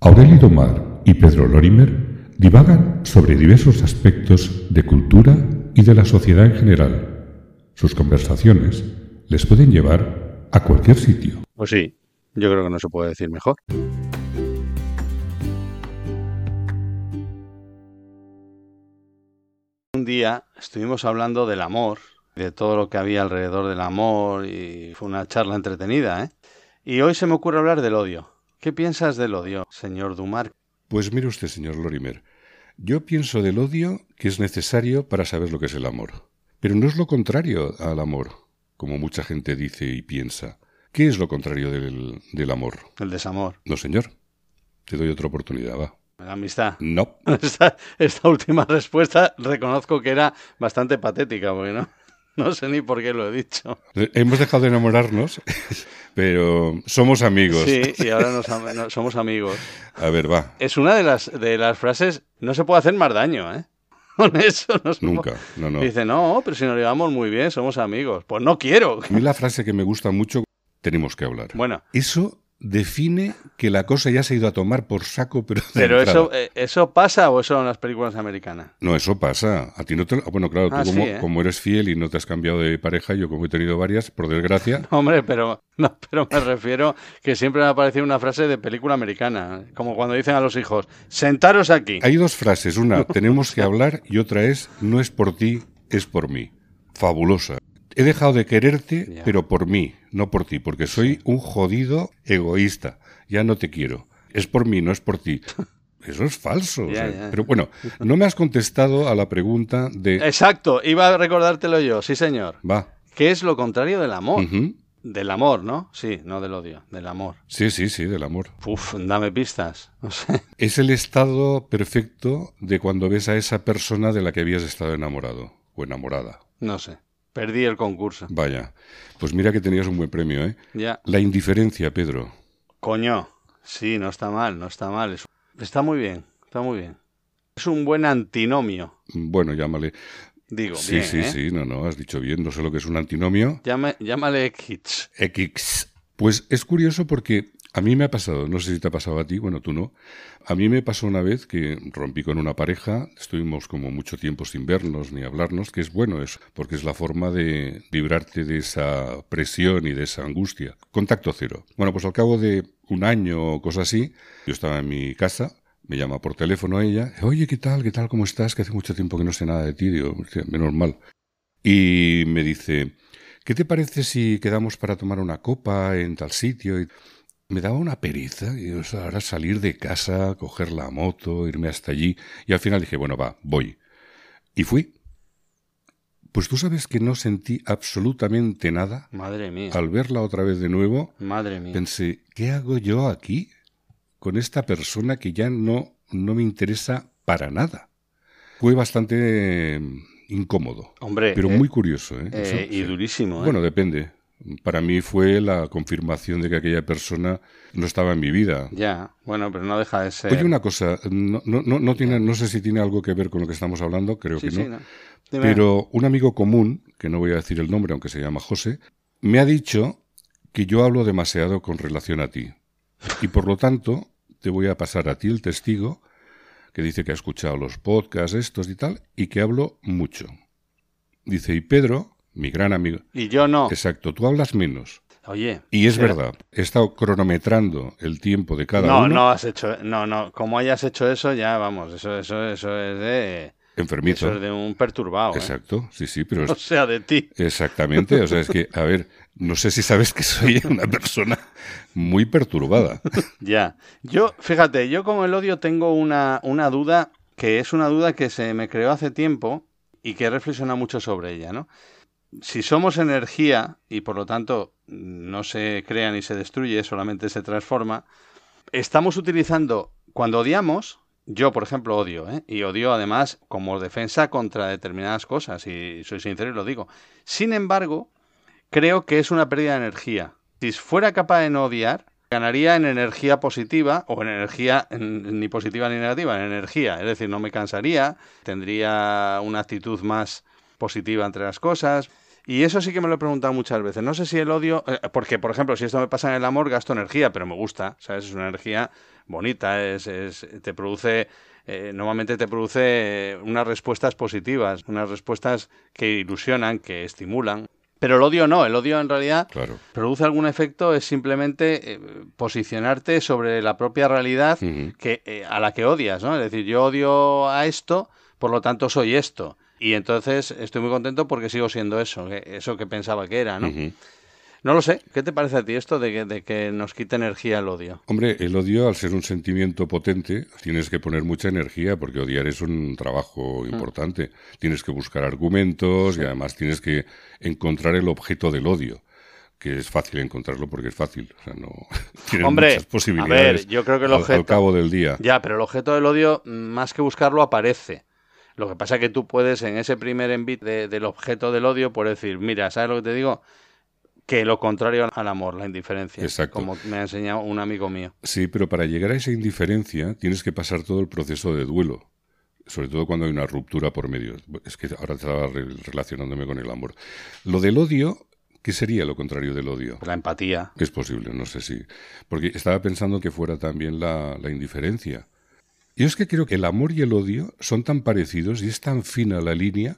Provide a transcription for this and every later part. Aurelio Domar y Pedro Lorimer divagan sobre diversos aspectos de cultura y de la sociedad en general. Sus conversaciones les pueden llevar a cualquier sitio. Pues sí, yo creo que no se puede decir mejor. Un día estuvimos hablando del amor, de todo lo que había alrededor del amor y fue una charla entretenida, ¿eh? Y hoy se me ocurre hablar del odio. ¿Qué piensas del odio, señor Dumar? Pues mire usted, señor Lorimer, yo pienso del odio que es necesario para saber lo que es el amor. Pero no es lo contrario al amor, como mucha gente dice y piensa. ¿Qué es lo contrario del, del amor? El desamor, No, señor. Te doy otra oportunidad, va. la amistad. No. Esta, esta última respuesta reconozco que era bastante patética, porque no, no sé ni por qué lo he dicho. Hemos dejado de enamorarnos, pero somos amigos. Sí, y ahora nos am- no- somos amigos. A ver, va. Es una de las, de las frases, no se puede hacer más daño, ¿eh? Con eso no se Nunca. No, no. puede- Dice, no, pero si nos llevamos muy bien, somos amigos. Pues no quiero. A mí la frase que me gusta mucho, tenemos que hablar. Bueno, Eso define que la cosa ya se ha ido a tomar por saco, pero... de pero entrada. eso, eh, ¿eso pasa o eso en las películas americanas? No, eso pasa. A ti no te lo- Bueno, claro, tú Ah, sí, como, ¿eh? como eres fiel y no te has cambiado de pareja, yo como he tenido varias, por desgracia, Hombre, pero, no, pero me refiero que siempre me ha parecido una frase de película americana, como cuando dicen a los hijos, sentaros aquí. hay dos frases. Una, tenemos que hablar y otra es, no es por ti, es por mí. Fabulosa. He dejado de quererte, Ya. pero por mí, no por ti, porque soy un jodido egoísta. Ya no te quiero. Es por mí, no es por ti. Eso es falso. o Ya, sea, ya. Eh, Pero bueno, no me has contestado a la pregunta de... Exacto, iba a recordártelo yo, sí señor. Va. ¿Qué es lo contrario del amor? Ujú. Del amor, ¿no? Sí, no del odio, del amor. Sí, sí, sí, del amor. Uf, dame pistas. No sé. Es el estado perfecto de cuando ves a esa persona de la que habías estado enamorado o enamorada. No sé. Perdí el concurso. Vaya, pues mira que tenías un buen premio, ¿eh? Ya. La indiferencia, Pedro. Coño. Sí, no está mal, no está mal. Es- Está muy bien, está muy bien. Es un buen antinomio, Bueno, llámale. digo. sí, bien, sí, ¿eh? sí, no, no, has dicho bien, no sé lo que es un antinomio. Llame- llámale Kitsch. X. Pues es curioso porque a mí me ha pasado, no sé si te ha pasado a ti, bueno, tú no. A mí me pasó una vez que rompí con una pareja, estuvimos como mucho tiempo sin vernos ni hablarnos, que es bueno eso, porque es la forma de librarte de esa presión y de esa angustia. Contacto cero. Bueno, pues al cabo de un año o cosa así, yo estaba en mi casa, me llama por teléfono ella, oye, ¿qué tal? ¿Qué tal? ¿Cómo estás? Que hace mucho tiempo que no sé nada de ti, digo, "Hostia, menos mal. Y me dice, ¿qué te parece si quedamos para tomar una copa en tal sitio? Y me daba una pereza, y, o sea, ahora salir de casa, coger la moto, irme hasta allí. Y al final dije, bueno, va, voy. Y fui. Pues tú sabes que no sentí absolutamente nada. Madre mía. Al verla otra vez de nuevo, Madre mía. pensé, ¿qué hago yo aquí con esta persona que ya no, no me interesa para nada? Fue bastante eh, incómodo, Hombre. pero eh, muy curioso. ¿eh? eh, Eso, y sí. durísimo, ¿eh? Bueno, depende. Para mí fue la confirmación de que aquella persona no estaba en mi vida. Ya. Bueno, pero no deja de ser. Oye, una cosa, no, no, no, no tiene, no sé si tiene algo que ver con lo que estamos hablando, creo Sí, que sí, no. no. Dime. Pero un amigo común, que no voy a decir el nombre, aunque se llama José, me ha dicho que yo hablo demasiado con relación a ti. Y por lo tanto, te voy a pasar a ti el testigo, que dice que ha escuchado los podcasts estos y tal, y que hablo mucho. Dice, y Pedro, mi gran amigo, Y yo no. exacto, tú hablas menos. Oye. eh, Y es Pero- verdad, he estado cronometrando el tiempo de cada No, uno. no has hecho. No, no. Como hayas hecho eso, ya vamos. Eso, eso, eso es de. Enfermizo. Eso es de un perturbado. ¿eh? Exacto, sí, sí, pero es- O sea, de ti. Exactamente, o sea, es que, a ver, no sé si sabes que soy una persona muy perturbada. Ya. Yo, fíjate, yo con el odio tengo una, una duda que es una duda que se me creó hace tiempo y que he reflexionado mucho sobre ella, ¿no? Si somos energía y por lo tanto no se crea ni se destruye, solamente se transforma, estamos utilizando, cuando odiamos, yo por ejemplo odio, ¿eh? y odio además como defensa contra determinadas cosas, y soy sincero y lo digo. Sin embargo, creo que es una pérdida de energía. Si fuera capaz de no odiar, ganaría en energía positiva o en energía en- ni positiva ni negativa, en energía. Es decir, no me cansaría, tendría una actitud más positiva entre las cosas. Y eso sí que me lo he preguntado muchas veces. No sé si el odio, eh, porque por ejemplo, si esto me pasa en el amor, gasto energía, pero me gusta, ¿sabes? Es una energía bonita, es, es te produce, eh, normalmente te produce unas respuestas positivas, unas respuestas que ilusionan, que estimulan. Pero el odio no, el odio en realidad Claro. produce algún efecto, es simplemente eh, posicionarte sobre la propia realidad Ujú. que, eh, a la que odias, ¿no? Es decir, yo odio a esto, por lo tanto soy esto. Y entonces estoy muy contento porque sigo siendo eso, que- eso que pensaba que era, ¿no? Ujú. No lo sé, ¿qué te parece a ti esto de que, de que nos quita energía el odio? Hombre, el odio, al ser un sentimiento potente, tienes que poner mucha energía, porque odiar es un Mm. trabajo importante. Tienes que buscar argumentos y además tienes que encontrar el objeto del odio, que es fácil encontrarlo porque es fácil. O sea, no tienes Hombre, muchas posibilidades. a ver, yo creo que el al- al, objeto- cabo del día. Ya, pero el objeto del odio, mm, más que buscarlo, aparece. Lo que pasa es que tú puedes, en ese primer envite del objeto del odio, por decir, mira, ¿sabes lo que te digo? Que lo contrario al amor, la indiferencia. Exacto. Como me ha enseñado un amigo mío. Sí, pero para llegar a esa indiferencia tienes que pasar todo el proceso de duelo, sobre todo cuando hay una ruptura por medio. Es que ahora estaba re- relacionándome con el amor. Lo del odio, ¿qué sería lo contrario del odio? La empatía. Es posible, no sé si. Porque estaba pensando que fuera también la, la indiferencia. Yo es que creo que el amor y el odio son tan parecidos y es tan fina la línea.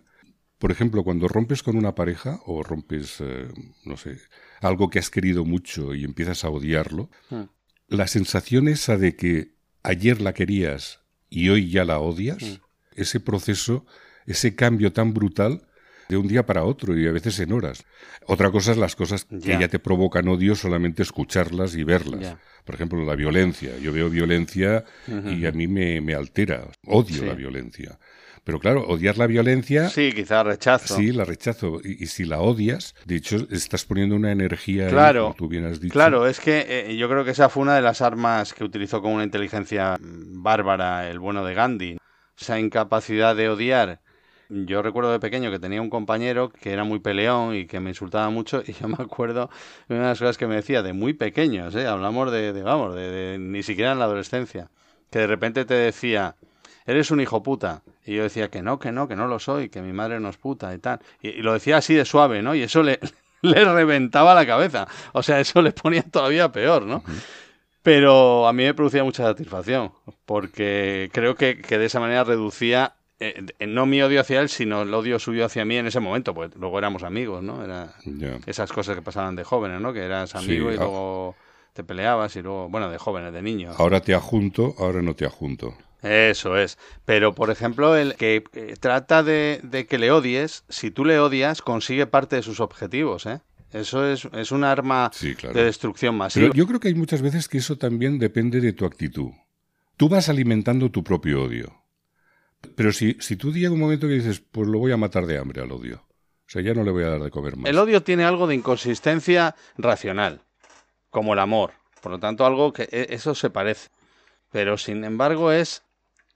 Por ejemplo, cuando rompes con una pareja o rompes, eh, no sé, algo que has querido mucho y empiezas a odiarlo, Mm. la sensación esa de que ayer la querías y hoy ya la odias, Mm. ese proceso, ese cambio tan brutal de un día para otro y a veces en horas. Otra cosa es las cosas que Ya. ya te provocan odio solamente escucharlas y verlas. Ya. Por ejemplo, la violencia. Yo veo violencia y a mí me, me altera. Odio Sí. la violencia. Pero claro, odiar la violencia Sí, quizás rechazo. Sí, la rechazo. Y, y si la odias, de hecho, estás poniendo una energía, ahí, Claro, como tú bien has dicho. Claro, es que eh, yo creo que esa fue una de las armas que utilizó con una inteligencia mm, bárbara el bueno de Gandhi. Esa incapacidad de odiar. Yo recuerdo de pequeño que tenía un compañero que era muy peleón y que me insultaba mucho y yo me acuerdo de una de las cosas que me decía de muy pequeños, ¿eh? hablamos de, de, vamos, de, de ni siquiera en la adolescencia, que de repente te decía, eres un hijo puta. Y yo decía que no, que no, que no lo soy, que mi madre no es puta y tal. Y, y lo decía así de suave, ¿no? Y eso le, le reventaba la cabeza. O sea, eso le ponía todavía peor, ¿no? Pero a mí me producía mucha satisfacción, porque creo que, que de esa manera reducía eh, eh, no mi odio hacia él, sino el odio suyo hacia mí en ese momento, pues luego éramos amigos, ¿no? Era Ya. esas cosas que pasaban de jóvenes, ¿no? Que eras amigo Sí, y ah. luego te peleabas y luego, bueno, de jóvenes, de niños. Ahora te ajunto, ahora no te ajunto. Eso es. Pero, por ejemplo, el que eh, trata de, de que le odies, si tú le odias, consigue parte de sus objetivos, ¿eh? Eso es, es un arma Sí, claro. de destrucción masiva. Pero yo creo que hay muchas veces que eso también depende de tu actitud. Tú vas alimentando tu propio odio. Pero si, si tú llega un momento que dices, pues lo voy a matar de hambre al odio. O sea, ya no le voy a dar de comer más. El odio tiene algo de inconsistencia racional, como el amor. Por lo tanto, algo que e- eso se parece. Pero sin embargo, es,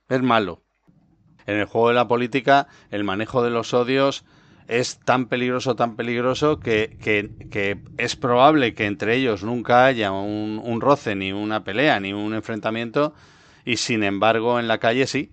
es malo. En el juego de la política, el manejo de los odios es tan peligroso, tan peligroso, que, que- que es probable que entre ellos nunca haya un, un roce, ni una pelea, ni un enfrentamiento. Y sin embargo, en la calle sí.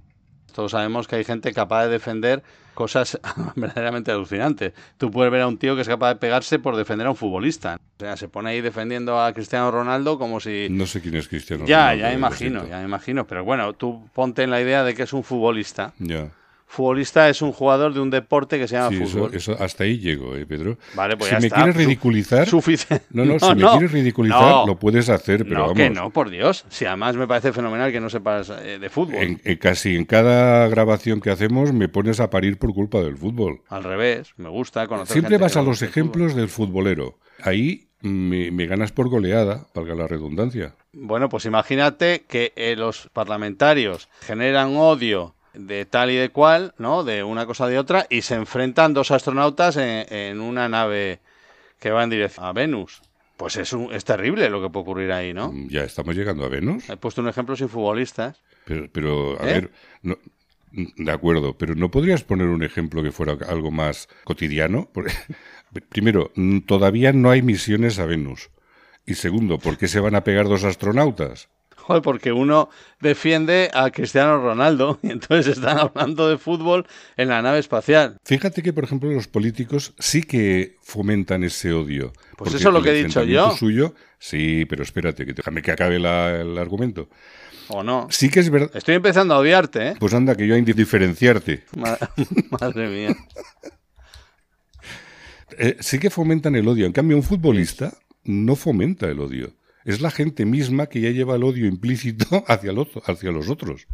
Todos sabemos que hay gente capaz de defender cosas verdaderamente alucinantes. Tú puedes ver a un tío que es capaz de pegarse por defender a un futbolista. O sea, se pone ahí defendiendo a Cristiano Ronaldo como si... No sé quién es Cristiano. Ya, Ronaldo, eh, ya lo me imagino, siento. ya me imagino. Pero bueno, tú ponte en la idea de que es un futbolista. Ya. Futbolista es un jugador de un deporte que se llama Sí, eso, fútbol. eso- hasta ahí llego, ¿eh, Pedro. Vale, pues si ya me está. quieres Su- ridiculizar, Suficiente. No, no, si me quieres ridiculizar, No. lo puedes hacer, pero no, vamos. que no, por Dios. Si además me parece fenomenal que no sepas eh, de fútbol. En, en casi en cada grabación que hacemos me pones a parir por culpa del fútbol. Al revés, me gusta conocer. Siempre gente vas que a le los gusta el fútbol. ejemplos del futbolero. Ahí me, me ganas por goleada, valga la redundancia. Bueno, pues imagínate que eh, los parlamentarios generan odio de tal y de cual, ¿no? De una cosa de otra, y se enfrentan dos astronautas en, en una nave que va en dirección a Venus. Pues es, un- es terrible lo que puede ocurrir ahí, ¿no? Mm, Ya estamos llegando a Venus. He puesto un ejemplo sin futbolistas. Pero, pero, a Ah. ¿Eh? ver, no- mm, de acuerdo, pero ¿no podrías poner un ejemplo que fuera algo más cotidiano? Porque, primero, mm, todavía no hay misiones a Venus. Y segundo, ¿por qué se van a pegar dos astronautas? Joder, porque uno defiende a Cristiano Ronaldo y entonces están hablando de fútbol en la nave espacial. Fíjate que, por ejemplo, los políticos sí que fomentan ese odio. Pues eso es lo que he dicho yo. Suyo, sí, pero espérate, que déjame que acabe la- el argumento. ¿O no? Sí que es verdad. Estoy empezando a odiarte, ¿eh? Pues anda, que yo a indiferenciarte. Ma- Madre mía. Eh, sí que fomentan el odio. En cambio, un futbolista no fomenta el odio. Es la gente misma que ya lleva el odio implícito hacia, el otro- hacia los otros.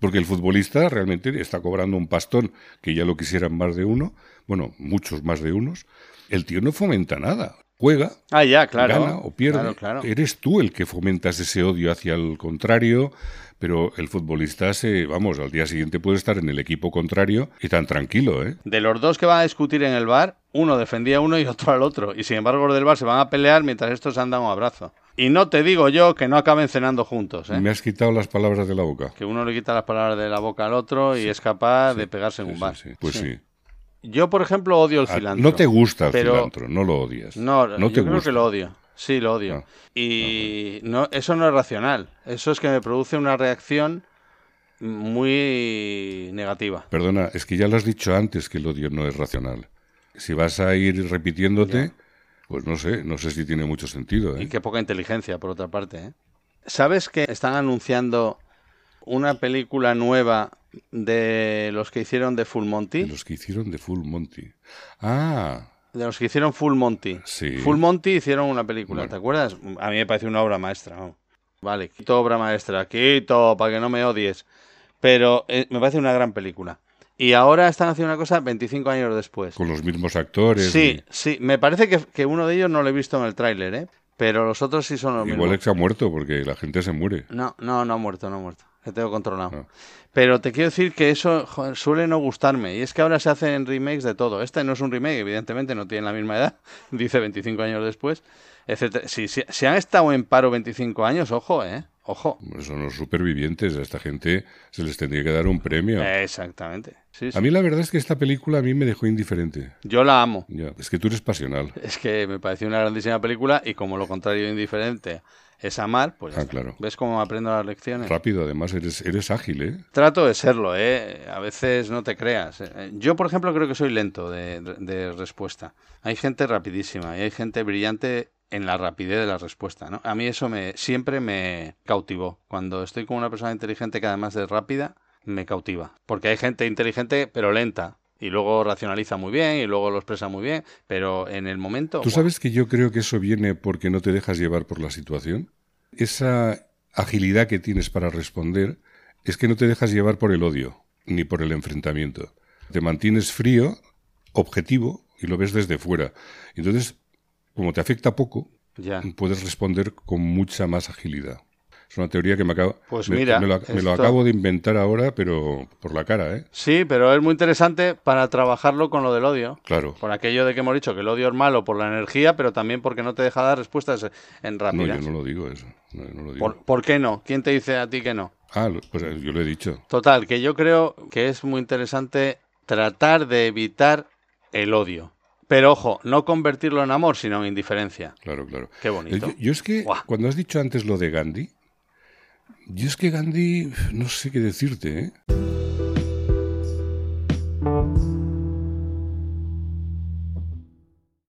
Porque el futbolista realmente está cobrando un pastón que ya lo quisieran más de uno, bueno, muchos más de unos. El tío no fomenta nada. Juega, Ah, ya, claro. gana o pierde. Eh. Claro, claro. Eres tú el que fomentas ese odio hacia el contrario, pero el futbolista se, vamos, al día siguiente puede estar en el equipo contrario y tan tranquilo, ¿eh? De los dos que van a discutir en el bar, uno defendía a uno y otro al otro. Y sin embargo, los del bar se van a pelear mientras estos se han dado un abrazo. Y no te digo yo que no acaben cenando juntos, ¿eh? Me has quitado las palabras de la boca. Que uno le quita las palabras de la boca al otro y es capaz de pegarse en Sí, un sí, bar. sí. Pues sí. Yo, por ejemplo, odio el Ah, cilantro. No te gusta el Pero- cilantro, no lo odias. No, no yo te creo gusta. que lo odio. Sí, lo odio. Ah, y no, eso no es racional. Eso es que me produce una reacción muy negativa. Perdona, es que ya lo has dicho antes que el odio no es racional. Si vas a ir repitiéndote, pues no sé, no sé si tiene mucho sentido. ¿eh? Y qué poca inteligencia, por otra parte. ¿eh? ¿Sabes que están anunciando una película nueva de los que hicieron de Full De Monty? Los que hicieron de Full Monty. Ah, De los que hicieron Full Monty. Sí. Full Monty hicieron una película, Bueno. ¿te acuerdas? A mí me parece una obra maestra. vamos. Vale, quito obra maestra, quito, para que no me odies. Pero eh, me parece una gran película. Y ahora están haciendo una cosa 25 años después. con los mismos actores. Sí, sí, me parece que, que uno de ellos no lo he visto en el tráiler, ¿eh? Pero los otros sí son los y- mismos. Igual ex ha muerto porque la gente se muere. No, no, no ha muerto, no ha muerto. Le tengo controlado. Ah. Pero te quiero decir que eso joder, suele no gustarme. Y es que ahora se hacen remakes de todo. Este no es un remake, evidentemente, no tiene la misma edad. Dice 25 años después. Etcétera. Si, si- si han estado en paro 25 años, ojo, ¿eh? Ojo. Son los supervivientes. A esta gente se les tendría que dar un premio. Eh, Exactamente. Sí, sí. A mí la verdad es que esta película a mí me dejó indiferente. Yo la amo. Ya, es que tú eres pasional. Es que me pareció una grandísima película y como lo contrario de indiferente es amar, pues ya Ah, está. claro. ¿Ves cómo aprendo las lecciones? Rápido, además, eres, eres ágil, ¿eh? Trato de serlo, ¿eh? A veces no te creas. Eh, Yo, por ejemplo, creo que soy lento de, de respuesta. Hay gente rapidísima y hay gente brillante en la rapidez de la respuesta, ¿no? A mí eso me, siempre me cautivó. Cuando estoy con una persona inteligente que además es rápida, me cautiva. Porque hay gente inteligente pero lenta. Y luego racionaliza muy bien y luego lo expresa muy bien. Pero en el momento... ¿Tú Oh, ¡guau! sabes que yo creo que eso viene porque no te dejas llevar por la situación? Esa agilidad que tienes para responder es que no te dejas llevar por el odio ni por el enfrentamiento. Te mantienes frío, objetivo y lo ves desde fuera. Entonces, como te afecta poco, Ya. puedes responder con mucha más agilidad. Es una teoría que me acaba. Pues me- mira, me lo, me lo esto- acabo de inventar ahora, pero por la cara, ¿eh? Sí, pero es muy interesante para trabajarlo con lo del odio. Claro. Por aquello de que hemos dicho que el odio es malo por la energía, pero también porque no te deja dar respuestas en No, yo rápidas. no lo digo eso. No, yo no lo digo. ¿Por, por qué no? ¿Quién te dice a ti que no? Ah, lo- pues eh, yo lo he dicho. Total, que yo creo que es muy interesante tratar de evitar el odio. Pero ojo, no convertirlo en amor, sino en indiferencia. Claro, claro. Qué Eh, bonito. Yo, yo es que, Guau. cuando has dicho antes lo de Gandhi, yo es que Gandhi, no sé qué decirte, ¿eh?